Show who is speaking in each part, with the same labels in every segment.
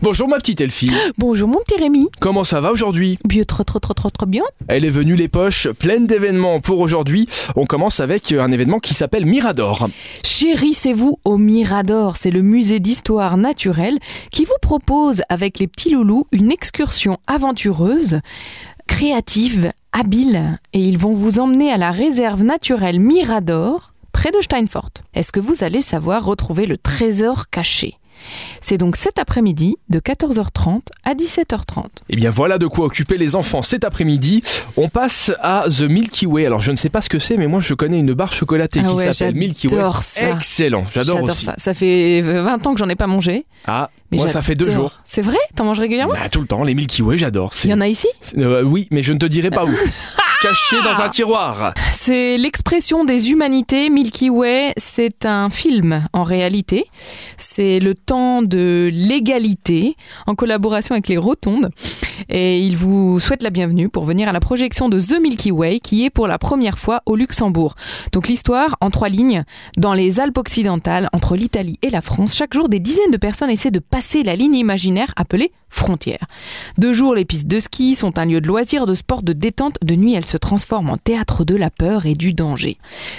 Speaker 1: Bonjour ma petite Elfie.
Speaker 2: Bonjour mon petit Rémi.
Speaker 1: Comment ça va aujourd'hui
Speaker 2: Bien, trop, trop, trop, trop, trop bien.
Speaker 1: Elle est venue les poches pleines d'événements pour aujourd'hui. On commence avec euh, un événement qui s'appelle Mirador.
Speaker 2: Chérissez-vous au Mirador, c'est le musée d'histoire naturelle qui vous propose avec les petits loulous une excursion aventureuse, créative, habile et ils vont vous emmener à la réserve naturelle Mirador près de Steinfort. Est-ce que vous allez savoir retrouver le trésor caché c'est donc cet après-midi de 14h30 à 17h30.
Speaker 1: Eh bien voilà de quoi occuper les enfants cet après-midi. On passe à The Milky Way. Alors je ne sais pas ce que c'est, mais moi je connais une barre chocolatée
Speaker 2: Ah
Speaker 1: qui
Speaker 2: ouais,
Speaker 1: s'appelle Milky Way.
Speaker 2: J'adore ça.
Speaker 1: Excellent, Eh, j'adore aussi.
Speaker 2: ça. Ça fait 20 ans que j'en ai pas mangé.
Speaker 1: Ah,
Speaker 2: Mais
Speaker 1: moi ça fait deux
Speaker 2: j'adore.
Speaker 1: jours.
Speaker 2: C'est vrai T'en manges régulièrement
Speaker 1: Bah, tout le temps, les Milky Way, j'adore.
Speaker 2: Il
Speaker 1: C'est-
Speaker 2: y en a ici
Speaker 1: c'est- euh, oui, mais je ne te dirai pas où. Caché dans un tiroir.
Speaker 2: C'est l'expression des humanités. Milky Way, c'est un film en réalité. C'est le temps de l'égalité en collaboration avec les Rotondes. Et il vous souhaite la bienvenue pour venir à la projection de The Milky Way qui est pour la première fois au Luxembourg. Donc l'histoire en trois lignes. Dans les Alpes occidentales, entre l'Italie et la France, chaque jour des dizaines de personnes essaient de passer la ligne imaginaire appelée frontière. Deux jours, les pistes de ski sont un lieu de loisirs, de sport, de détente. De nuit, elles se transforment en théâtre de la peur et du danger.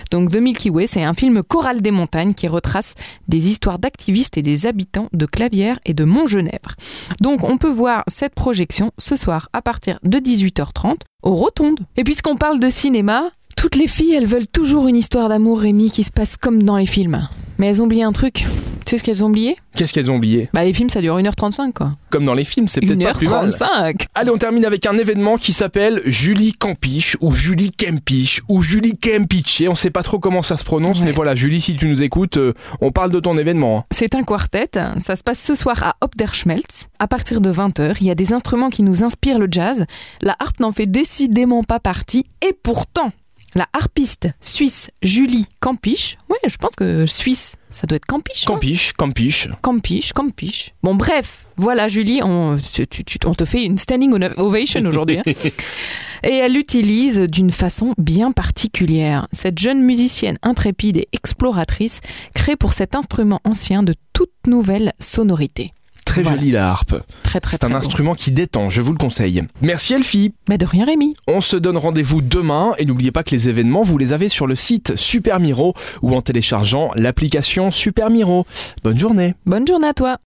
Speaker 2: Donc The Milky Way, c'est un film choral des montagnes qui retrace des histoires d'activistes et des habitants de Clavière et de Montgenèvre. Donc on peut voir cette projection ce soir à partir de 18h30 aux Rotondes. Et puisqu'on parle de cinéma, toutes les filles, elles veulent toujours une histoire d'amour, Rémi, qui se passe comme dans les films. Mais elles ont oublié un truc. Tu sais ce qu'elles ont oublié
Speaker 1: Qu'est-ce qu'elles ont oublié
Speaker 2: Bah les films, ça dure 1h35 quoi.
Speaker 1: Comme dans les films, c'est peut-être pas plus mal.
Speaker 2: 1h35
Speaker 1: Allez, on termine avec un événement qui s'appelle Julie Campiche ou Julie Kempich ou Julie Kempiche. On sait pas trop comment ça se prononce,
Speaker 2: Ouais.
Speaker 1: mais voilà, Julie, si tu nous écoutes, euh, on parle de ton événement. hein.
Speaker 2: C'est un quartet, ça se passe ce soir à Opderschmelz. À partir de 20h, il y a des instruments qui nous inspirent le jazz. La harpe n'en fait décidément pas partie, et pourtant, la harpiste suisse Julie Campiche, ouais, je pense que suisse, ça doit être Campiche. hein
Speaker 1: Campiche, Campiche.
Speaker 2: Campiche, Campiche. Bon, bref, voilà Julie, on, tu- tu- tu- on te fait une standing ono- ovation aujourd'hui. hein. et elle l'utilise d'une façon bien particulière. Cette jeune musicienne intrépide et exploratrice crée pour cet instrument ancien de toute nouvelle sonorité.
Speaker 1: Très
Speaker 2: Voilà.
Speaker 1: jolie la harpe.
Speaker 2: Très, très,
Speaker 1: C'est un
Speaker 2: très beau.
Speaker 1: instrument qui détend, je vous le conseille. Merci Elfie.
Speaker 2: Mais de rien, Rémi.
Speaker 1: On se donne rendez-vous demain et n'oubliez pas que les événements, vous les avez sur le site Super Miro ou en téléchargeant l'application Super Miro. Bonne journée.
Speaker 2: Bonne journée à toi.